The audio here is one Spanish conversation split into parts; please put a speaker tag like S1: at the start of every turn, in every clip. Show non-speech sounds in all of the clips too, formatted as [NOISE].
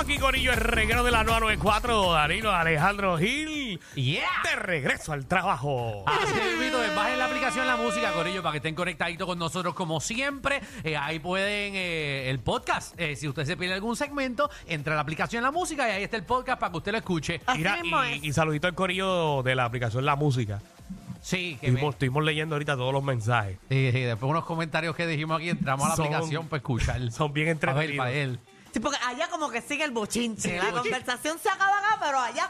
S1: aquí, Corillo, el reguero de la 994, Danilo Alejandro Gil.
S2: Yeah.
S1: De regreso al trabajo.
S2: Así mismo, es, bajen la aplicación La Música, Corillo, para que estén conectaditos con nosotros como siempre. Eh, ahí pueden eh, el podcast. Eh, si usted se pierde algún segmento, entra a la aplicación La Música y ahí está el podcast para que usted lo escuche.
S3: Así
S1: Mira,
S3: mismo
S1: y,
S3: es.
S1: y saludito al Corillo de la aplicación La Música.
S2: Sí, que me-
S1: Estuvimos, estuvimos leyendo ahorita todos los mensajes.
S2: sí, sí, después unos comentarios que dijimos aquí, entramos a la
S1: Son-
S2: aplicación para escuchar.
S1: son bien
S2: A ver,
S1: entretenidos.
S2: para él.
S3: Sí, porque allá como que sigue el bochinche.
S2: Sí,
S3: la
S2: bochinche.
S3: conversación se acaba acá, pero allá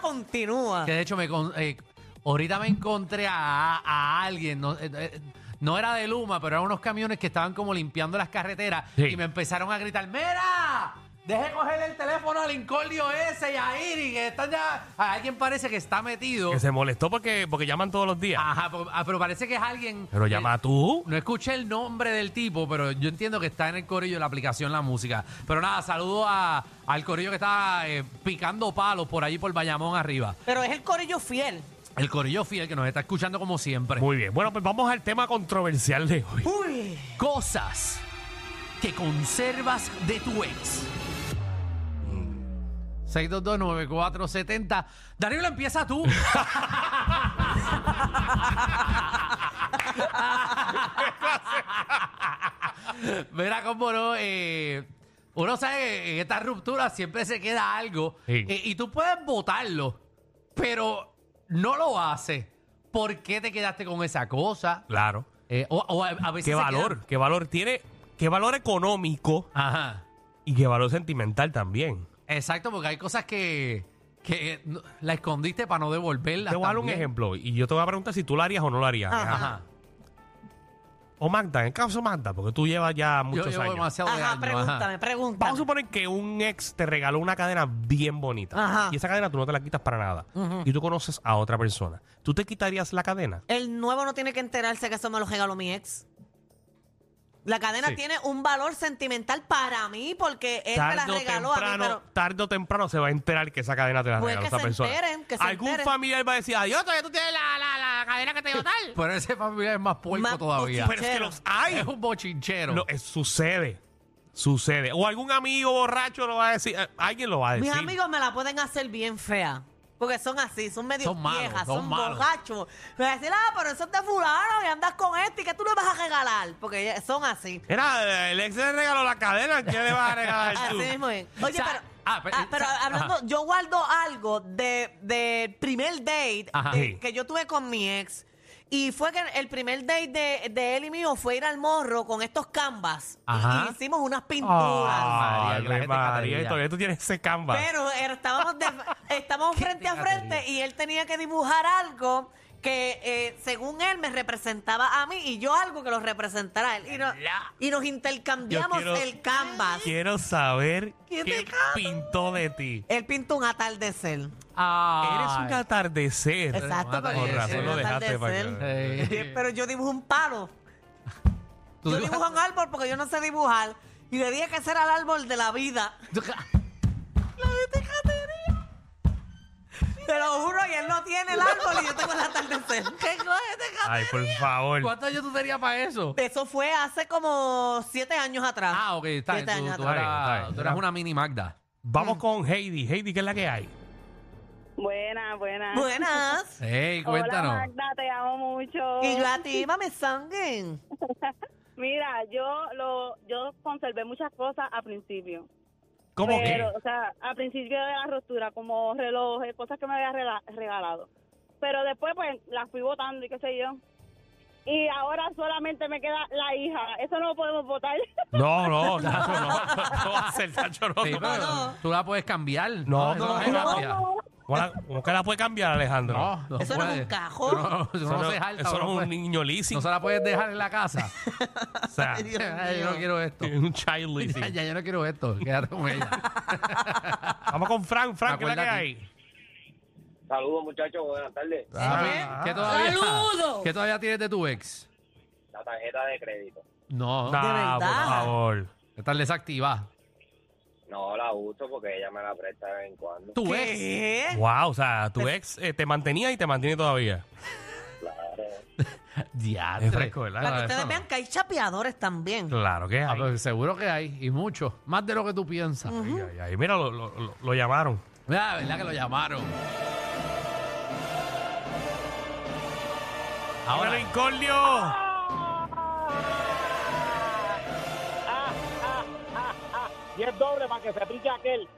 S2: [LAUGHS]
S3: continúa.
S2: Que de hecho, me con- eh, ahorita me encontré a, a alguien. No, eh, eh, no era de Luma, pero eran unos camiones que estaban como limpiando las carreteras
S1: Sí.
S2: y me empezaron a gritar: ¡Mira! Deje coger el teléfono al incordio ese y a Iri, que están ya. a alguien parece que está metido.
S1: Que se molestó porque, porque llaman todos los días.
S2: Ajá, po- ah, pero parece que es alguien.
S1: Pero
S2: eh,
S1: llama tú.
S2: no escuché el nombre del tipo, pero yo entiendo que está en el corillo de la aplicación La Música. Pero nada, saludo a, al corillo que está eh, picando palos por ahí por Bayamón arriba.
S3: Pero es el corillo fiel.
S2: El corillo fiel que nos está escuchando como siempre.
S1: Muy bien. Bueno, pues vamos al tema controversial de hoy.
S3: Uy.
S2: Cosas que conservas de tu ex. 6229470. Danilo, empieza [LAUGHS] tú. Mira cómo no. eh, uno sabe que en esta ruptura siempre se queda algo.
S1: Sí.
S2: eh, y tú puedes votarlo, pero no lo haces. ¿Por qué te quedaste con esa cosa?
S1: Claro.
S2: Eh, o, o a, a veces
S1: ¿Qué
S2: se
S1: valor?
S2: quedan-
S1: ¿Qué valor tiene? ¿Qué valor económico
S2: Ajá.
S1: y qué valor sentimental también?
S2: Exacto, porque hay cosas que, que no- la escondiste para no devolverla.
S1: Te voy a dar un ejemplo y yo te voy a preguntar si tú lo harías o no lo harías.
S2: Ajá.
S1: O Magda, en el caso de Magda, porque tú llevas ya
S2: Yo
S1: muchos
S2: llevo
S1: años.
S2: demasiado de
S3: Ajá,
S2: años,
S3: pregúntame,
S2: ajá.
S3: pregúntame.
S1: Vamos a suponer que un ex te regaló una cadena bien bonita.
S3: Ajá.
S1: Y esa cadena tú no te la quitas para nada. Y tú conoces a otra persona. ¿Tú te quitarías la cadena?
S3: El nuevo no tiene que enterarse que eso me lo regaló mi ex. La cadena
S1: Sí.
S3: tiene un valor sentimental para mí porque él me la
S1: o
S3: regaló a mí,
S1: temprano,
S3: pero
S1: tarde o temprano se va a enterar que esa cadena te la
S3: Pues
S1: regaló
S3: que
S1: esa
S3: se
S1: persona.
S3: enteren, que se
S1: Algún
S3: enteren.
S1: familiar va a decir, adiós, todavía tú tienes la, la, la cadena que te dio
S3: [LAUGHS]
S1: tal.
S2: Pero ese familiar es más puerco
S3: Más
S2: todavía.
S1: Pero es que los hay.
S2: Es un bochinchero.
S1: Lo- eh, sucede. Sucede. O algún amigo borracho lo va a decir. eh, alguien lo va a decir.
S3: mis amigos me la pueden hacer bien fea. Porque son así, son medio
S2: Son malos,
S3: viejas,
S2: son
S3: son,
S2: malos.
S3: borrachos. Me van a decir, ah, pero eso es de fulano y andas con este y que tú le vas a regalar. Porque ellas son así.
S1: Era, el ex le regaló la cadena, ¿qué le vas a regalar
S3: [LAUGHS] Así
S1: tú?
S3: mismo es. Oye,
S2: O sea,
S3: pero,
S2: ah, pero-
S3: ah, pero
S2: ajá.
S3: hablando, yo guardo algo de, del primer date
S2: Ajá.
S3: de-
S1: Sí.
S3: que yo tuve con mi ex. Y fue que el primer date de, de él y mío fue ir al morro con estos canvas. Y-
S2: Ajá. Ah,
S3: Y, hicimos unas pinturas.
S2: María,
S1: Ay,
S2: que la gente
S1: Ah, María, y
S2: caterilla.
S1: todavía tú tienes ese canvas.
S3: Pero era- estábamos, de-
S2: [LAUGHS]
S3: estábamos frente a
S2: picatería.
S3: frente y él tenía que dibujar algo que eh, según él me representaba a mí y yo algo que lo representara a él. Y, no-
S2: La.
S3: y nos intercambiamos
S1: Yo quiero-
S3: el canvas.
S1: Quiero saber
S3: ¿Qué
S1: qué,
S3: te cago?
S1: pintó de ti.
S3: Él pintó un atardecer.
S2: Ah,
S1: Eres un atardecer.
S3: Exacto,
S2: mata
S3: porque
S2: con
S3: yo
S2: razón
S3: soy
S2: lo
S3: un
S1: dejaste para
S3: atardecer.
S2: que- Sí.
S3: Eh, Pero yo dibujo un palo.
S2: tú-
S3: Yo dibujo un árbol porque yo no sé dibujar. Y le dije que ese era el árbol de la vida.
S2: [LAUGHS] tú-
S3: La gente es catería. Te lo juro, y él no tiene el árbol y yo tengo el atardecer. [LAUGHS] ¿Qué clase de catería?
S1: Ay, por favor.
S2: ¿Cuántos años tú tenías para eso?
S3: Eso fue hace como siete años atrás.
S2: Ah, ok, está bien.
S3: Siete años
S2: Tú, tú
S3: atrás.
S2: eras,
S1: Está bien, está bien.
S2: tú eras una mini Magda.
S1: Vamos con Heidi. Heidi, ¿qué es la que hay?
S4: Buenas, buenas.
S3: Buenas.
S2: Hey,
S4: Hola,
S2: cuéntanos.
S4: Magda, te amo mucho.
S3: Y yo a ti, mami, sangren.
S4: Mira, yo lo, yo conservé muchas cosas al principio.
S1: ¿Cómo
S4: pero,
S1: que?
S4: o sea, al principio de la ruptura, como relojes, cosas que me había rela- regalado. Pero después, pues, las fui votando y qué sé yo. Y ahora solamente me queda la hija. Eso no lo podemos votar.
S1: No, no, Nacho, no. No va a ser Nacho, no.
S2: Sí,
S1: no.
S2: pero
S3: no.
S2: Tú la puedes cambiar.
S1: No,
S2: eso
S1: no,
S2: se
S1: no.
S4: [LAUGHS]
S2: cambia.
S1: ¿Cómo la- ¿Cómo que la puede cambiar, Alejandro?
S2: No, no
S3: Eso no es
S2: puede.
S3: un cajón.
S2: No, no, eso no se jalta,
S1: eso
S2: no
S1: no es
S2: puede.
S1: un niño leasing.
S2: No se la puedes dejar en la casa.
S1: o sea,
S3: Ay, Dios
S2: Ah, Ay, yo
S3: mío.
S2: no quiero esto.
S1: un child
S2: [LAUGHS] Ya,
S1: leasing.
S2: ya, yo no quiero esto. [LAUGHS] Quédate con ella.
S1: Ah, Vamos con Frank. Frank, ¿qué es la que
S2: Acuérdate.
S1: hay?
S5: Saludos muchachos, buenas tardes.
S1: Ah.
S2: ¿Qué todavía,
S3: ¡Saludos!
S2: ¿Qué todavía tienes de tu ex?
S5: La tarjeta de crédito.
S2: No,
S1: Ah,
S3: verdad?
S1: por favor. [LAUGHS]
S2: estás desactivada.
S5: No la uso porque ella me la presta de vez en cuando.
S2: Tu ex.
S3: ¿Qué?
S1: Wow, o sea, tu ex eh, te mantenía y te mantiene todavía.
S5: Claro.
S2: Diatre.
S1: Es fresco, ¿verdad?
S3: Para que
S1: Eso
S3: ustedes
S1: no.
S3: vean que hay chapeadores también.
S1: Claro que
S2: Ah,
S1: hay.
S2: pues seguro que hay, y mucho, más de lo que tú piensas.
S1: Ay, ay, ay. Mira, lo, lo- lo- lo llamaron.
S2: Ah, ¿verdad que lo llamaron?
S1: Ahora
S2: Ahora,
S1: Lincolnio.
S6: Y es doble para que se pique aquel.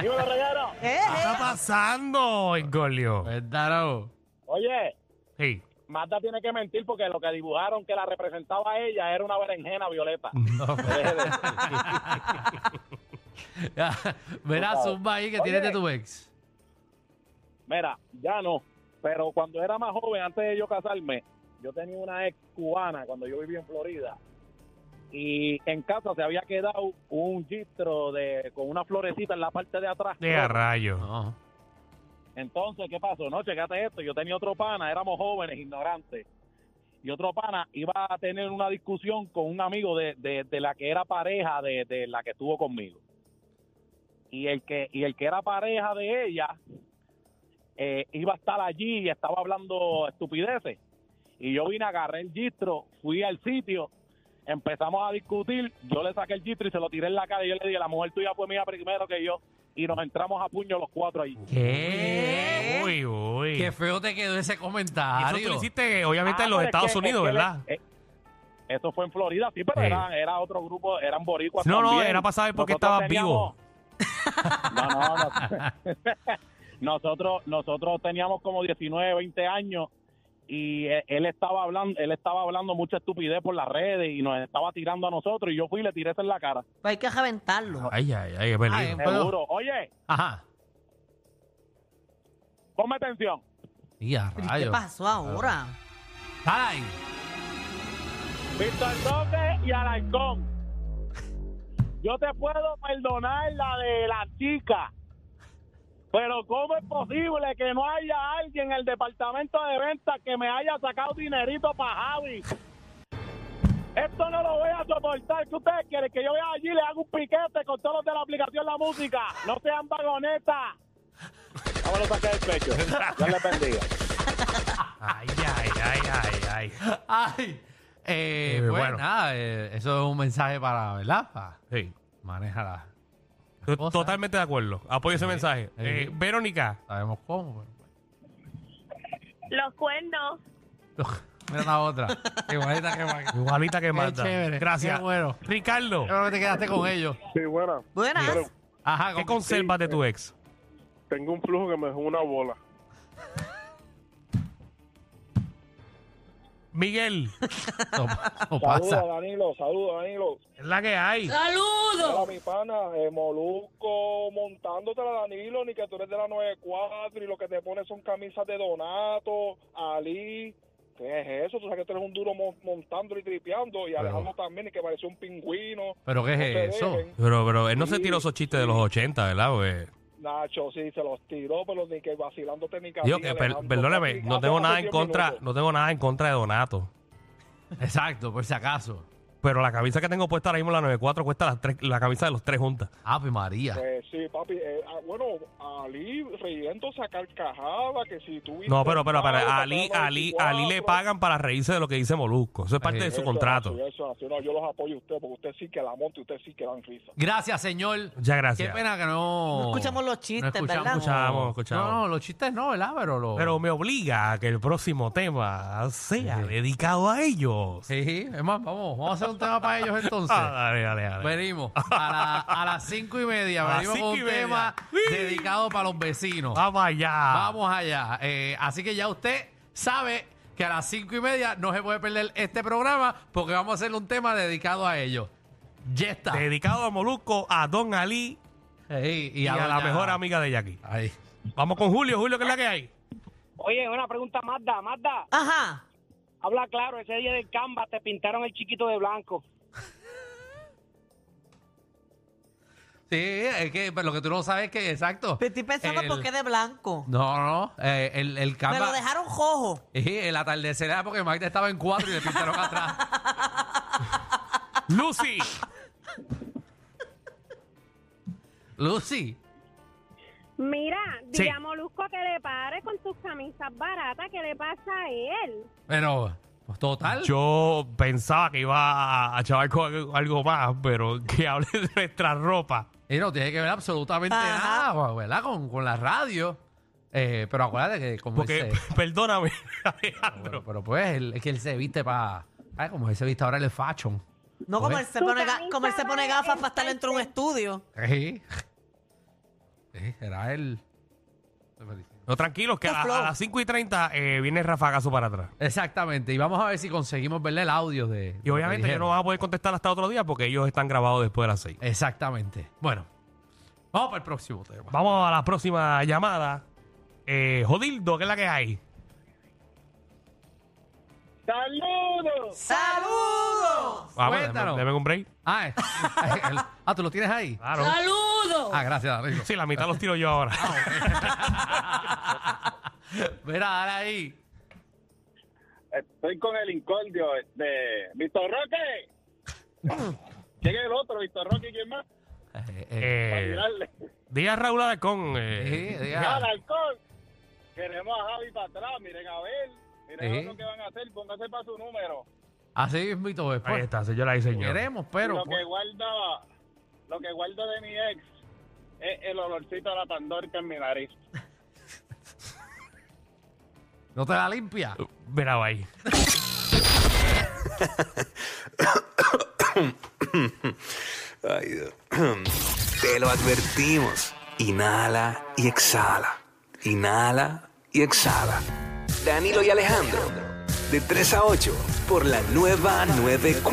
S6: Dímelo, reguero.
S3: Eh,
S1: ¿Qué
S3: eh.
S1: está pasando, Lincolnio?
S2: ¿verdad?
S6: Oye,
S1: Sí.
S6: Magda tiene que mentir porque lo que dibujaron que la representaba a ella era una berenjena violeta.
S2: Verá, Ah, Zumba ahí que tienes de
S6: Oye.
S2: tu ex.
S6: Mira, ya no. Pero cuando era más joven, antes de yo casarme, yo tenía una ex cubana cuando yo vivía en Florida. Y en casa se había quedado un gistro de, con una florecita en la parte de atrás.
S1: De a rayo.
S2: No.
S6: Entonces, ¿qué pasó? No, checate esto. Yo tenía otro pana, éramos jóvenes, ignorantes. Y otro pana iba a tener una discusión con un amigo de, de- de la que era pareja de, de la que estuvo conmigo. Y el que, y el que era pareja de ella eh, iba a estar allí y estaba hablando estupideces. Y yo vine, agarré el gistro, fui al sitio, empezamos a discutir. Yo le saqué el gistro y se lo tiré en la cara. Y yo le dije, la mujer tuya fue mía primero que yo. Y nos entramos a puño los cuatro allí.
S2: ¿Qué?
S1: Uy, uy.
S2: Qué feo te quedó ese
S1: Y eso
S2: comentario.
S1: tú lo hiciste, eh, obviamente,
S6: Ah,
S1: en los
S6: pero es
S1: Estados
S6: que-
S1: Unidos,
S6: es que
S1: ¿verdad?
S6: le- eh, eso fue en Florida, sí, pero
S1: Sí.
S6: eran- era, otro grupo, eran boricuas
S1: No, no,
S6: también. [LAUGHS]
S1: era para saber por qué
S6: Nosotros
S1: estabas vivo.
S6: teníamos- No, no, no. [LAUGHS] nosotros, nosotros teníamos como 19, 20 años y e- él estaba hablando él estaba hablando mucha estupidez por las redes y nos estaba tirando a nosotros y yo fui y le tiré eso en la cara.
S3: Pues Hay que reventarlo.
S1: Ay, ay, ay, es peligro.
S2: Ay, Pero-
S6: Seguro. Oye,
S2: Ajá.
S6: ponme atención.
S2: Y a
S3: ¿Y ¿Qué
S2: rayos.
S3: pasó ahora?
S2: Dale ahí.
S6: Víctor López y Alarcón. Yo te puedo perdonar la de la chica, pero ¿cómo es posible que no haya alguien en el departamento de ventas que me haya sacado dinerito para Javi? Esto no lo voy a soportar. ¿Qué ustedes quieren? Que yo vaya allí y le haga un piquete con todos los de la aplicación La Música. No sean vagonetas. Vamos a sacar el pecho. Dios les bendiga.
S1: Ay, ay, ay, ay, ay.
S6: ah.
S2: Ay.
S1: Eh,
S2: Eh, pues
S1: bueno.
S2: nada, eh, eso es un mensaje para, ¿verdad? Para
S1: Sí.
S2: manejarla.
S1: T-
S2: Cosa.
S1: Totalmente de acuerdo. Apoyo ese mensaje. Eh,
S2: sí.
S1: Verónica.
S2: Sabemos cómo, pero bueno.
S4: Los cuernos.
S2: [LAUGHS] Mira la otra. Igualita que Magda.
S1: Igualita que
S2: Qué
S1: manda.
S2: chévere,
S1: Gracias.
S2: qué bueno.
S1: Ricardo,
S2: Yo creo que te quedaste con ellos.
S7: Sí, bueno,
S3: Buenas.
S2: Ajá,
S1: ¿qué
S2: [LAUGHS] con-
S1: conservas de tu ex?
S7: tengo un flujo que me dejó una bola.
S1: Miguel,
S2: No, no pasa.
S6: Saludos, Danilo. Saludos, Danilo.
S1: es la que hay.
S6: Hola, mi pana, eh, Molusco, montándotela, Danilo, ni que tú eres de la 94 y lo que te pones son camisas de Donato, Ali. ¿Qué es eso? Tú sabes que tú eres un duro mon- montando y tripeando y Alejandro también, y que pareció un pingüino.
S2: ¿Pero qué
S6: No te
S2: es eso?
S6: dejen.
S1: Pero, pero, él no se
S6: Sí,
S1: tiró esos chistes de los 80, ¿verdad? Pues, Porque-
S6: Nacho, sí, se los tiró, pero ni que vacilándote ni
S1: Digo
S6: casi,
S1: que, eh, per-
S6: Alejandro.
S1: perdóname,
S6: Casi-
S1: no
S6: hace-
S1: tengo
S6: hace
S1: nada
S6: 10
S1: en contra,
S6: minutos.
S1: no tengo nada en contra de Donato.
S2: Exacto, por si acaso.
S1: Pero la camisa que tengo puesta ahora mismo, la 94, cuesta las tres- la camisa de los tres juntas.
S2: Ave María.
S6: Pues sí, papi. eh, ah, bueno, Ali riendo sacar cajada, que si tú...
S1: No, pero, pero, pero,
S6: intentado,
S1: a Ali,
S6: papá,
S1: a Ali, a Ali le
S6: 94.
S1: pagan para reírse de lo que dice Molusco. Eso es parte
S2: Sí.
S1: de su
S6: Eso
S1: contrato.
S6: es así, eso es así. No, yo los apoyo a usted porque usted sí que la monta y usted sí que dan risa.
S2: Gracias, señor.
S1: Muchas
S2: Qué
S1: gracias.
S2: pena que no.
S3: No escuchamos los chistes, ¿verdad?
S1: Escuchamos, escuchamos.
S2: No, no, los chistes no, ¿verdad? Pero los.
S1: Pero me obliga a que el próximo tema sea dedicado a ellos.
S2: Sí, es más, vamos, vamos a hacer un tema para ellos entonces.
S1: Ah, dale, dale, dale.
S2: Venimos a, la- a las cinco y media.
S1: A las
S2: venimos
S1: cinco
S2: con un
S1: y media.
S2: tema
S1: ¡Uy!
S2: dedicado para los vecinos.
S1: Vamos allá.
S2: Vamos allá. Eh, así que ya usted sabe que a las cinco y media no se puede perder este programa porque vamos a hacerle un tema dedicado a ellos. Ya está.
S1: Dedicado a Molusco, a Don Ali
S2: Ey,
S1: y, a, la
S2: doña-
S1: mejor amiga de Jackie.
S2: Ahí.
S1: Vamos con Julio. Julio, ¿qué es la que hay?
S8: Oye, una pregunta, Magda, Magda,
S3: Ajá.
S8: habla claro, ese día del Canva te pintaron el chiquito de blanco.
S2: Sí, es que pero lo que tú no sabes es que, exacto.
S3: Pero estoy pensando
S2: El-
S3: por qué de blanco.
S2: No, no, no. eh, el, el
S3: Me lo
S2: Canva-
S3: dejaron jojo.
S2: Sí, el atardecer era porque Magda estaba en cuatro y le pintaron atrás.
S3: [LAUGHS]
S1: Lucy.
S2: Lucy.
S9: Mira,
S2: Sí.
S9: dile a Molusco que le pare con tus camisas baratas, ¿qué le pasa a él?
S2: Pero, pues, total.
S1: Yo pensaba que iba a, a chavar con algo- algo más, pero que [LAUGHS] hable de nuestra ropa.
S2: Y no tiene que ver absolutamente
S3: Ajá.
S2: nada, pues, ¿verdad? Con, con la radio. Eh, pero acuérdate que como
S1: Porque,
S2: él
S1: [LAUGHS] perdóname,
S2: se-
S1: Alejandro.
S2: pero, pero, pues, él- es que él se viste para... Ay, como él se viste ahora, él es fashion.
S3: No como él se
S9: Tu
S3: pone, ga-
S9: camisa
S3: como él se pone
S9: vale
S3: gafas
S9: el
S3: para estar dentro de un
S9: tight
S3: estudio.
S2: Sí. Sí, era él.
S1: No, tranquilos, que
S3: Qué
S1: a, la-
S3: flow.
S1: a las 5 y 30 eh, viene el rafagazo para atrás.
S2: Exactamente. Y vamos a ver si conseguimos verle el audio de... de lo
S1: Y
S2: que
S1: obviamente yo
S2: dijeron.
S1: no van a poder contestar hasta otro día porque ellos están grabados después de las 6.
S2: Exactamente. Bueno, vamos para el próximo tema.
S1: Vamos a la próxima llamada. Eh, Jodildo, ¿qué es la que hay?
S5: ¡Saludos!
S3: ¡Saludos!
S1: Ah, bueno,
S2: Cuéntanos.
S1: deme- deme un break.
S2: Ah, eh, el- ah, tú lo tienes ahí.
S1: Claro.
S2: Ah, gracias, Danilo.
S1: Sí, la mitad los tiro yo ahora.
S2: Mira, dale ahí.
S6: Estoy con el incordio de Víctor Roque.
S1: [LAUGHS]
S6: ¿Quién es el otro? Víctor Roque, ¿quién más?
S2: Eh, eh,
S1: Eh,
S6: Ayudarle.
S1: diga Raúl Alarcón. eh,
S2: sí, diga.
S6: Al alcohol. Queremos a Javi para atrás. Miren a ver. Miren
S2: Sí.
S6: a ver lo que van a hacer. Póngase para su número.
S2: Así es, Mito.
S1: Ahí
S2: Después
S1: está, señora y señor.
S2: queremos, pero.
S6: lo que
S2: pues,
S6: guarda lo que guarda de mi ex es el olorcito a la tandorca en mi nariz.
S2: no te la limpia.
S1: Verá, ahí.
S10: Ay, Dios. [CLEARS THROAT] Te lo advertimos. Inhala y exhala. Inhala y exhala. Danilo y Alejandro, de 3 a 8, por la nueva 94.